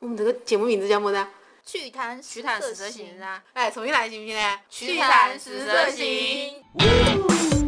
们这个节目名字叫么子？啊曲坛曲曲坛十色行啊，来，哎重新来行不行呢？曲坛十色行。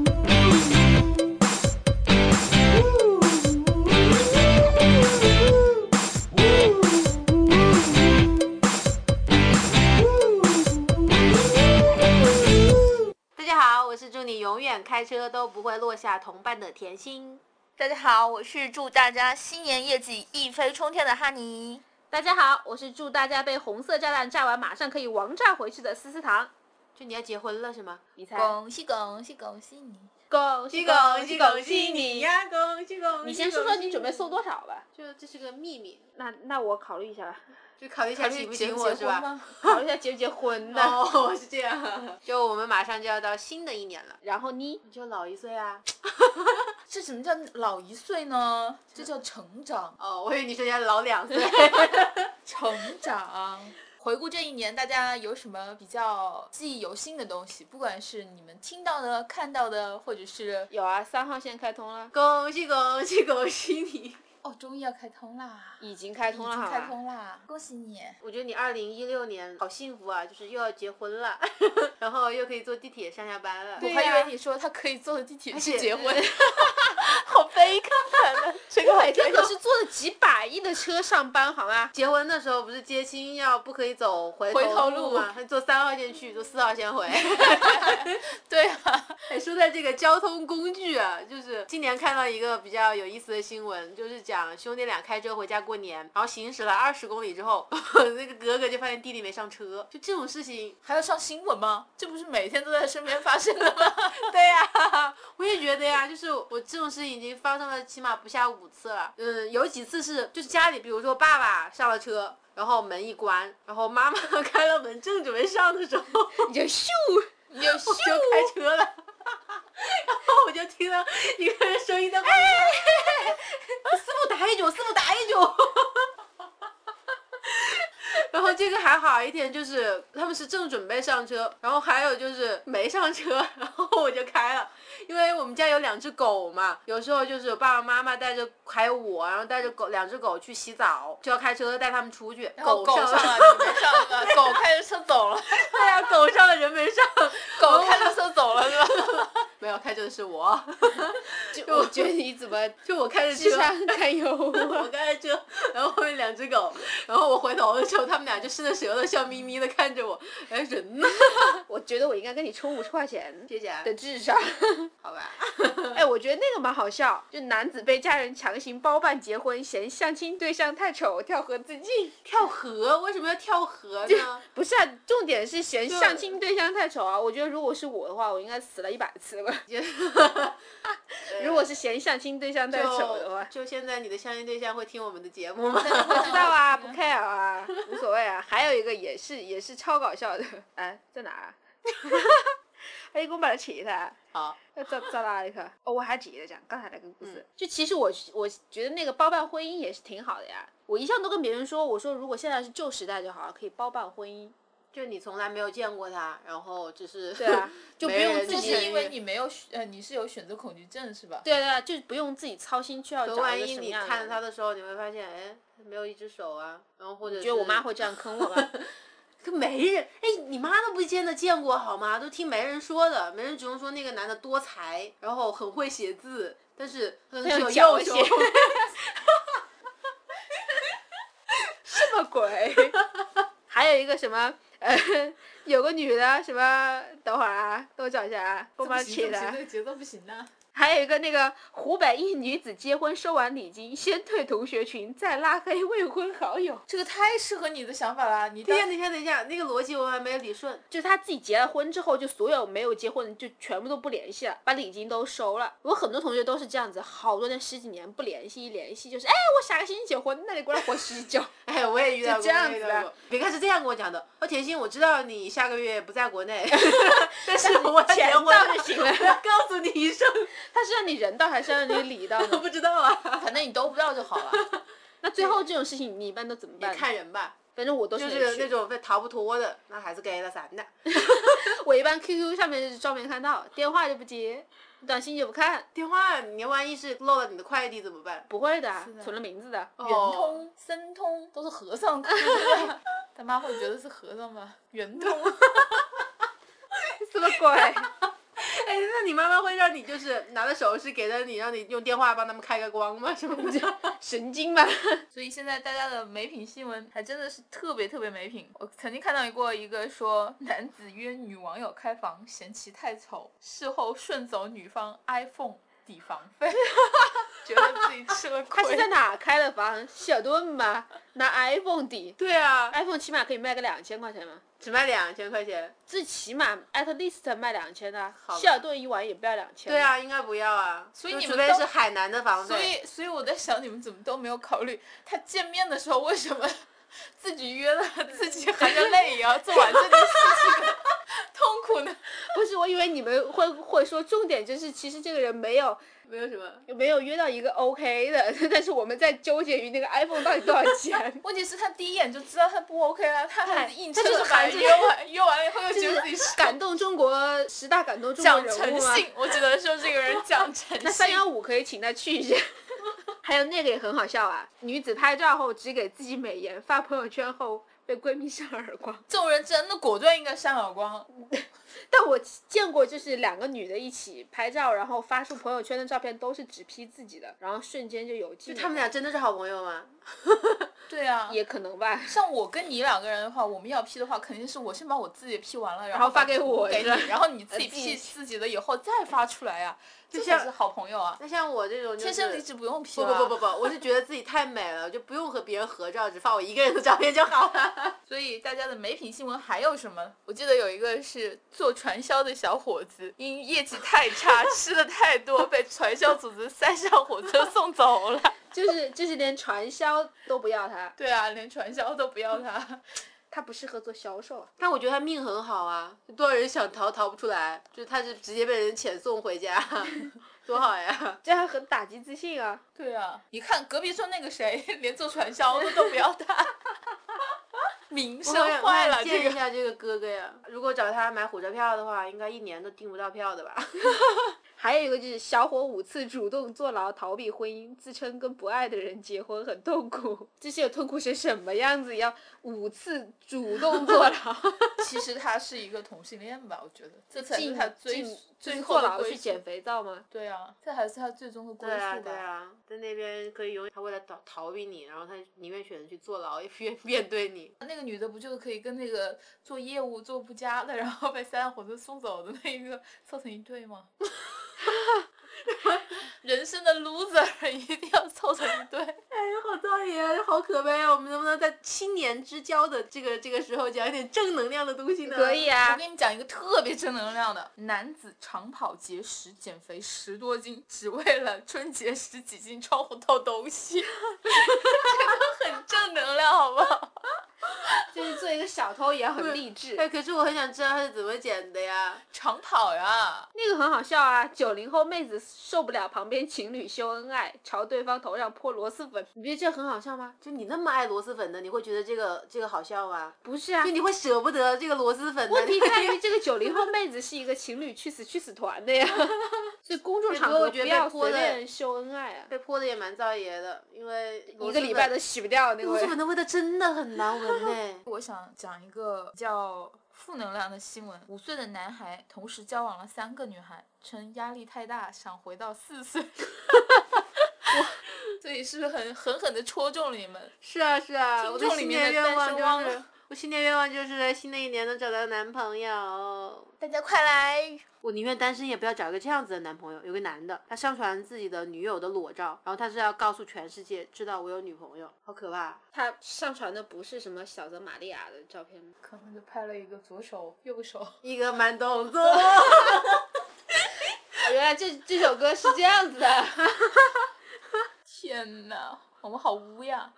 大家好，我是祝你永远开车都不会落下同伴的甜心。大家好，我是祝大家新年业绩一飞冲天的哈尼。大家好，我是祝大家被红色炸弹炸完，马上可以王炸回去的思思糖。就你要结婚了是吗？你猜？恭喜恭喜恭喜你！恭喜恭喜恭喜你！呀！恭喜恭喜！你先说说你准备送多，多少吧。就这是个秘密，那那我考虑一下吧， 就考虑一下请不请我是吧？？考虑一下结不结婚的。哦， 是这样。就我们马上就要到新的一年了，然后呢？你就老一岁啊。这什么叫老一岁呢？这叫成长，哦，我以为你说人家老两 岁。成长。回顾这一年，大家有什么比较记忆犹新的东西？不管是你们听到的、看到的，或者是有啊，三号线开通了， 恭喜恭喜恭喜你！哦，终于要开通啦！已经开通了，已经好开吧？通啦！恭喜你！我觉得你二零一六年好幸福啊，就是又要结婚了， 然后又可以坐地铁上下班了。我对还呀以为你说他可以坐的地铁且去结婚 对，好悲观啊！ 这个每天可是坐了几百亿的车上班，好吗？结婚的时候不是接亲要不可以走回回头路路吗？还坐三号线去，坐四号线回。 对啊，哎，说在这个交通工具啊，就是今年看到一个比较有意思的新闻，就是讲兄弟俩开车回家过年，然后行驶了二十公里之后， 那个哥哥就发现弟弟没上车，就这种事情，还要上新闻吗？这不是每天都在身边发生的吗？对呀、我也觉得呀，就是我这种事情已经发生了起码不下五次了。嗯，有几次是就是家里，比如说爸爸上了车，然后门一关，然后妈妈 开了门，正准备上的时候，你就咻， 你就我就开车了，然后我就听到一个人声音在旁边，师傅打一脚，师傅打一脚。然后这个还好一点，就是他们是正准备上车，然后还有就是没上车，然后我就开了，因为我们家有两只狗嘛，有时候就是爸爸妈妈带着还有我，然后带着狗两只狗去洗澡，就要开车带他们出去，然后狗上上了，你没上了，狗开着车走了，对呀、狗上了人没上，狗开着车走了是吧？没有开车的是我。就我觉得你怎么就我开着智车，商堪忧？啊 我开 着车，然后后面两只狗，然后我回头的时候，他们俩就伸着舌头，笑眯眯的看着我，哎，人呢？我觉得我应该跟你充五十块钱谢谢啊，的智商。 好吧。 哎，我觉得那个蛮好笑，就男子被家人强行包办结婚，嫌相亲对象太丑，跳河自尽。跳河为什么要跳河呢？不是啊，重点是嫌就相亲对象太丑啊！我觉得如果是我的话，我应该死了一百次 吧。 啊如果是嫌相亲对象太丑的就话，就现在你的相亲对象会听我们的节目 吗？不知道啊，不 care 啊，无所谓啊。还有一个也是也是超搞笑的， 哎，在哪儿啊？ 哎，你给我把它起一下。好，嗯要照照拉一个哦，我还记得讲刚才那个故事，就其实我我觉得那个包办婚姻也是挺好的呀。我一向都跟别人说，我说如果现在是旧时代就好了，可以包办婚姻，就你从来没有见过他，然后只是对 啊， 就不没用人自这就己是因为你没有选呃，你是有选择恐惧症是吧？对对啊，就是不用自己操心去要找万一个一什么你样的看人他，的时候，你会发现，哎，没有一只手啊，然后或者觉得我是妈会这样坑我吧？ 可没人，哎，你妈都不见得见过好吗？都听媒人说的，媒人只用说那个男的多才，然后很会写字，但是他只有有脚右手写。什么 鬼？还有一个什么呃，有个女的什么，等会儿啊，等我找一下啊，给我把它起来。这节奏不行啊！还有一个那个湖北一女子结婚收完礼金，先退同学群，再拉黑未婚好友，这个太适合你的想法了，啊你等一下，的等一下，等一下，那个逻辑我还没有理顺。就是她自己结了婚之后，就所有没有结婚的就全部都不联系了，把礼金都收了。我很多同学都是这样子，好多年十几年不联系，一联系就是哎，我下个星期结婚，那你过来活许久。哎，我也遇到过，就这样我也遇子到啊过。别看是这样跟我讲的，哦，甜心，我知道你下个月不在国 内，但是我要钱结婚到了就行啊我了要告诉你一声， 他是让你人到还是让你礼到 我呢？不知道啊，反正你都不知道就好了。那最后这种事情你一般都怎么办？看人吧。反正我都是就没是去那种被逃不脱的，那还是给了咱的。我一般 QQ 上面是照片看到，电话就不接，短信也不看，电话，你万一是漏了你的快递怎么办？不会的是，的存了名字的。圆圆通、僧通都是和尚 他妈会觉得是和尚吧？圆 通，什么鬼？哎，那你妈妈会让你就是拿着首饰给到你，让你用电话帮他们开个光吗？什么的？ 神经吧？ 所以现在大家的美品新闻还真的是特别特别没品。我曾经看到过一个说男子约女网友开房，嫌其太丑，事后顺走女方 iPhone 抵房费， 觉得自己吃了亏他。是在哪开的房？希尔顿吧？拿 iPhone 抵对啊， ，iPhone 起码可以卖个两千块钱嘛，只卖两千块钱。最起码 at least 卖两千的吧，希尔顿一晚也不要两千。对，啊，应该不要啊。所以就你除们非都是海南的房所费，以，所以我在想，你们怎么都没有考虑他见面的时候为什么 自己约了，自己含着泪也要做完这件事情的 痛苦呢？不是，我以为你们会会说重点就是，其实这个人没有没有什么。没有约到一个 OK 的，但是我们在纠结于那个 iPhone 到底多少钱。问题是他第一眼就知道他不 OK 了，他还哎是硬他撑就着是含把着约完，约完了以后又就觉是得自己是感动中国十大感动中国讲人物诚嘛。信，我只能说这个人讲 诚那三信。幺五可以请他去一下。 还有那个也很好笑啊，女子拍照后只给自己美颜，发朋友圈后被闺蜜扇耳光。这种人真的果断应该扇耳光。但我见过就是两个女的一起拍照，然后发出朋友圈的照片都是只 P 自己的，然后瞬间就有就劲了。他们俩真的是好朋友吗？对啊，也可能吧。像我跟你两个人的话，我们要 P 的话，肯定是我先把我自己 P 完了，然后把发给我给你是吧，然后你自己自己 P 自己的以后再发出来呀、这像才是好朋友啊。那像我这种就天生离是。职不用 P 啊不了。不不不不，我是觉得自己太美了，就不用和别人合照，只发我一个人的照片就好了。所以大家的美品新闻还有什么？我记得有一个是做传销的小伙子，因业绩太差，吃的太多，被传销组织塞上火车送走了。就是就是连传销都不要他，对啊，连传销都不要他。他不适合做销售啊。但我觉得他命很好啊，多少人想逃逃不出来，就是他是直接被人遣送回 家，多好呀！这样很打击自信啊。对啊，你看隔壁村那个谁，连做传销的都不要他， 名声我想坏我了。想见这一个下这个哥哥呀，如果找他买火车票的话，应该一年都订不到票的吧？还有一个就是小伙五次主动坐牢逃避婚姻，自称跟不爱的人结婚很痛苦，这些有痛苦成什么样子？要五次主动坐 牢，其实他是一个同性恋吧？我觉得这才是进他最进就最是后坐的牢归去宿捡。肥皂吗？对啊，这还是他最终的 归对啊，宿对吧。啊，在那边可以永远，他为了逃逃避你，然后他宁愿选择去坐牢，也不愿面对你。啊那个女的不就可以跟那个做业务做不佳的，然后被三辆火车送走的那一个凑成一对吗？ 人生的 loser 一定要凑成一对。哎，好道理啊，好可悲啊！我们能不能在青年之交的这个这个时候讲一点正能量的东西呢？可以我啊，跟你讲一个特别正能量的，男子长跑节食减肥十多斤，只为了春节十几斤窗户偷东西，这个很正能量，好不好？就是做一个小偷也很励志。哎，可是我很想知道他是怎么剪的呀。长跑呀，。那个很好笑啊，九零后妹子受不了旁边情侣秀恩爱，朝对方头上泼螺蛳粉，你不觉得这很好笑吗？就你那么爱螺蛳粉的，你会觉得这个这个好笑吗？不是啊 就。你会舍不得这个螺蛳粉的。问题在 于这个九零后妹子是一个情侣去死去死团 的呀，所以公众场合不要随便秀恩爱啊， 被泼的也蛮造业的，因为一个礼拜的都洗不掉那个螺蛳粉味。的味道真的很难闻呢我想讲一个比较负能量的新闻：五岁的男孩同时交往了三个女孩，称压力太大，想回到四 岁。所以是不是很狠狠的戳中了你们？ 是啊是啊，听我众新里年面的愿单身望汪就是了，我新年愿望就是在新的一年能找到男朋友。大家快来我宁愿单身，也不要找一个这样子的男朋友。有个男的，他上传自己的女友的裸照，然后他是要告诉全世界，知道我有女朋友，好可怕。他上传的不是什么小泽玛利亚的照片吗？可能就拍了一个左手右手， 一个慢动作，哦原来这这首歌是这样 子的，天呐，我们好污 呀！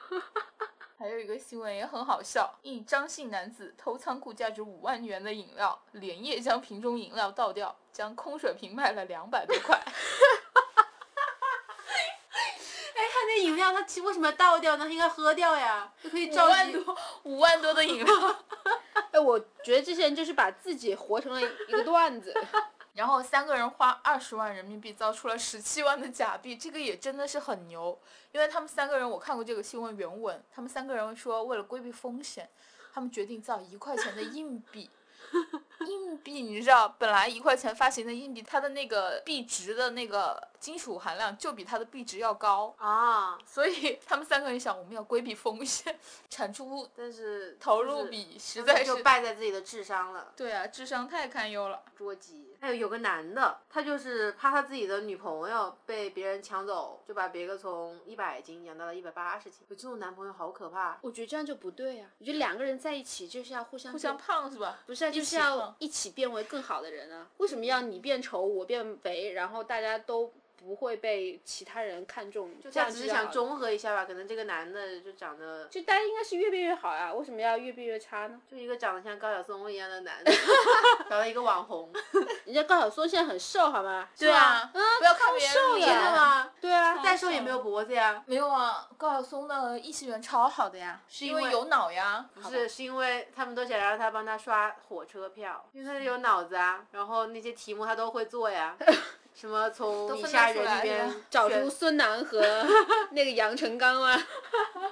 还有一个新闻也很好笑，一张姓男子偷仓库价值五万元的饮料，连夜将瓶中饮料倒掉，将 空水瓶卖了两百多块。哎，他那饮料它其为什么要倒掉呢？它应该喝掉呀，就可以五召万集。多，五万多的饮料。哎，我觉得这些人就是把自己活成了一个段子。然后三个人花二十万人民币造出了十七万的假币，这个也真的是很牛。因为他们三个人，我看过这个新闻原文，他们三个人说为了规避风险，他们决定造一块钱的硬币。硬币你知道，本来一块钱发行的硬币，它的那个币值的那个金属含量就比它的币值要高，啊，所以他们三个人想，我们要规避风险，产出但嗯是投入就是比实他们在是就败在自己的智商了。对啊，智商太堪忧了。捉急。还有有个男的，他就是怕他自己的女朋友被别人抢走，就把别个从一百斤养到了一百八十斤。有这种男朋友好可怕。我觉得这样就不对呀、我觉得两个人在一起就是要互相互相变胖是吧？不是啊，就一是起要胖一起变为更好的人啊！为什么要你变丑，我变肥，然后大家都不会被其他人看重？就这他样只就是好想了，中和一下吧，可能这个男的就长得就大家应该是越变越好呀、为什么要越变越差呢？就一个长得像高晓松一样的 男的，找了一个网红，人家高晓松现在很瘦，好吗？对啊，不要看别人瘦真的脸的吗？对啊，再瘦也没有脖子呀，没有啊，高晓松的异性缘超好的呀，是因为有脑呀。不不是是因为他们都想让他帮他刷火车票，因为他有脑子啊，然后那些题目他都会做 呀，什么从都以分得下出人来里是边吧找选出孙楠和那个杨成刚啊，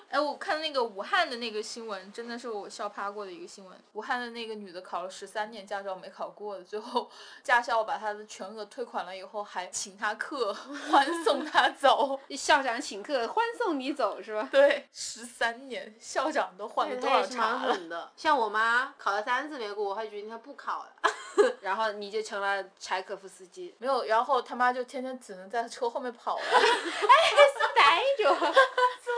哎，我看那个武汉的那个新闻，真的是我笑趴过的一个新闻。武汉的那个女的考了十三年驾照没考过的，最后驾校把她的全额退款了以后，还请她客欢送她走。校长请客，欢送你走是吧？对，十三年，校长都换了他多少也是蛮茬了？狠的。像我妈考了三次没过，我还决定她不考了。 然后你就成了柴可夫斯基，没有，然后他妈就天天只能在车后面跑啊了。逮着。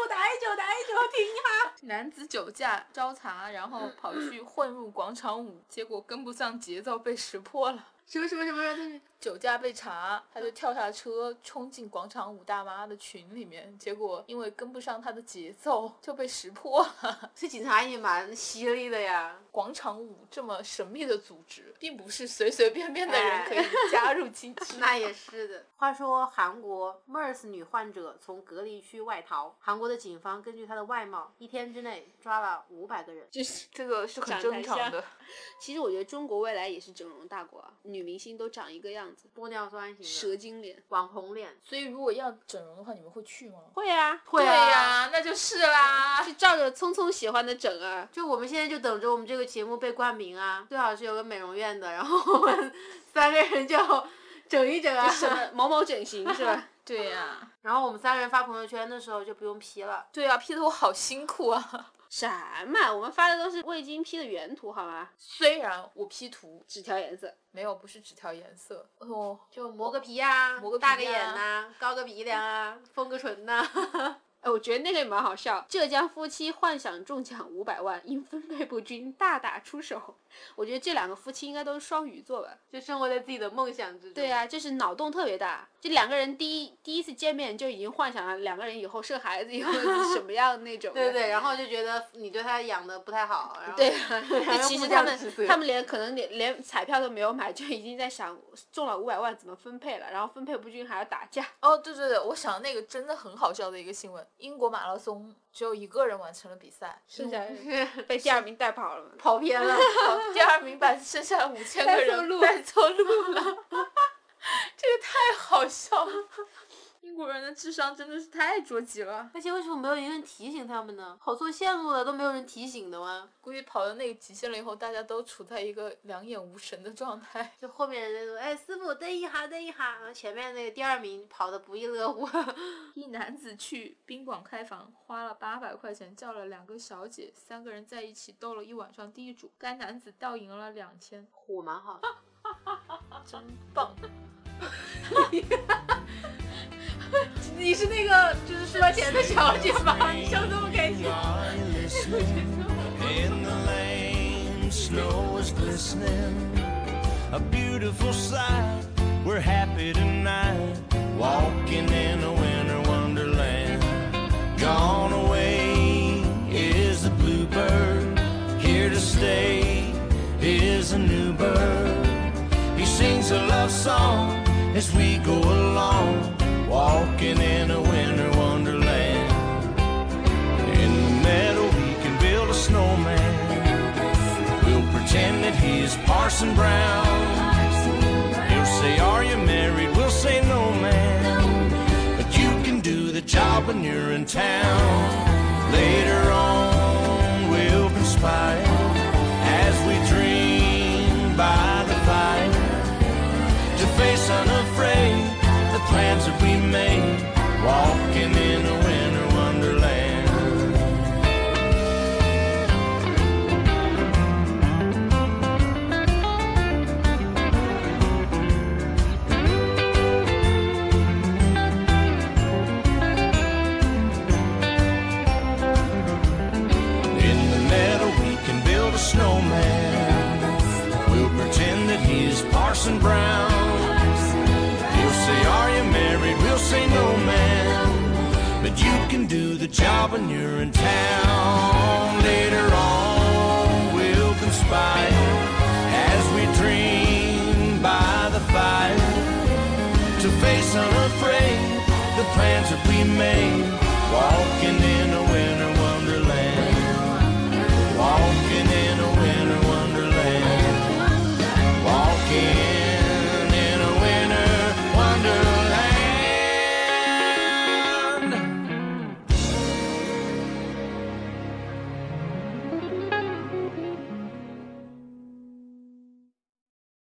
我打一酒，打一酒，停！男子酒驾招查，然后跑去混入广场舞，结果跟不上节奏被识破了。什么什么什么？他酒驾被查，他就跳下车冲进广场舞大妈的群里面，结果因为跟不上她的节奏就被识破了。这警察也蛮犀利的呀。广场舞这么神秘的组织，并不是随随便便的人哎可以 加入进去。那也是的。话说，韩国 MERS 女患者从隔离区外逃，韩国的警方根据她的外貌，一天之内抓了五百个人。就是，这个是很长正得常像的。其实我觉得中国未来也是整容大国啊，女明星都长一个样子，玻尿酸型的蛇精脸。网红脸，所以如果要整容的话，你们会去吗？会啊，会对啊呀、那就是啦就。照着聪聪喜欢的整啊。就我们现在就等着我们这个节目被冠名啊，最好是有个美容院的，然后我们三个人就整一整啊。什么呃某某 整形是吧？对呀、 然后我们三个人发朋友圈的时候就不用 P 了。对呀、p 的我好辛苦啊。 什么？我们发的都是未经 P 的原图好吗？虽然我 P 图只调颜色，没有，不是只调颜色哦，就磨个皮呀、磨个皮大个呀眼呐、高个鼻梁啊，丰个唇呐、 哎，我觉得那个也蛮好笑。浙江夫妻幻想中奖五百万，因分配不均大打出手。我觉得这两个夫妻应该都是双鱼座吧？就生活在自己的梦想之中。对、啊，就是脑洞特别大。这两个人第一第一次见面就已经幻想了两个人以后生孩子以后是什么样那种的。 对对，然后就觉得你对他养的不太好，然后对 啊，还就要其互实相他们指责他们连可能连连彩票都没有买，就已经在想中了五百万怎么分配了，然后分配不均还要打架。 哦，对对对，我想那个真的很好笑的一个新闻，英国马拉松只有一个人完成了比赛，剩下人是被第二名带跑了嘛。跑偏了。好嗯第二名把剩下五千个带错人路带错路了， 这个太好笑了。 英国人的智商真的是太捉急了，而且为什么没有一个人提醒他们呢？跑错线路了都没有人提醒的吗？估计跑到那个极限了以后，大家都处在一个两眼无神的状态。就后面人那种，哎，师傅蹬一下，蹬一下，然后前面那个第二名跑得不亦乐乎。 一男子去宾馆开房，花了八百块钱叫了两个小姐，三个人在一起斗了一晚上地主，该男子倒赢了两千，我蛮好的，真棒。 你是那个就是输了钱的小姐吧？你笑这么开心。 I listened in the lane, snow was glistening. A beautiful sight, we're happy tonight, walking in a winter wonderland. Gone away is the bluebird, here to stay is a new bird. He sings a love song as we go along, walking in a winter wonderland. is Parson Brown. He'll say, Are you married? We'll say, No, man. But you can do the job when you're in town. Later on, we'll conspire as we dream by the fire to face unafraid the plans that we made, walking in a winter wonderland. In the meadow, we can build a snowman. We'll pretend that he's Parson Brown. He'll say, Are you married? We'll say, No, man. But you can do the job when you're in town. Later on, we'll conspire as we dream by the fire to face unafraid the plans that we made, walking in a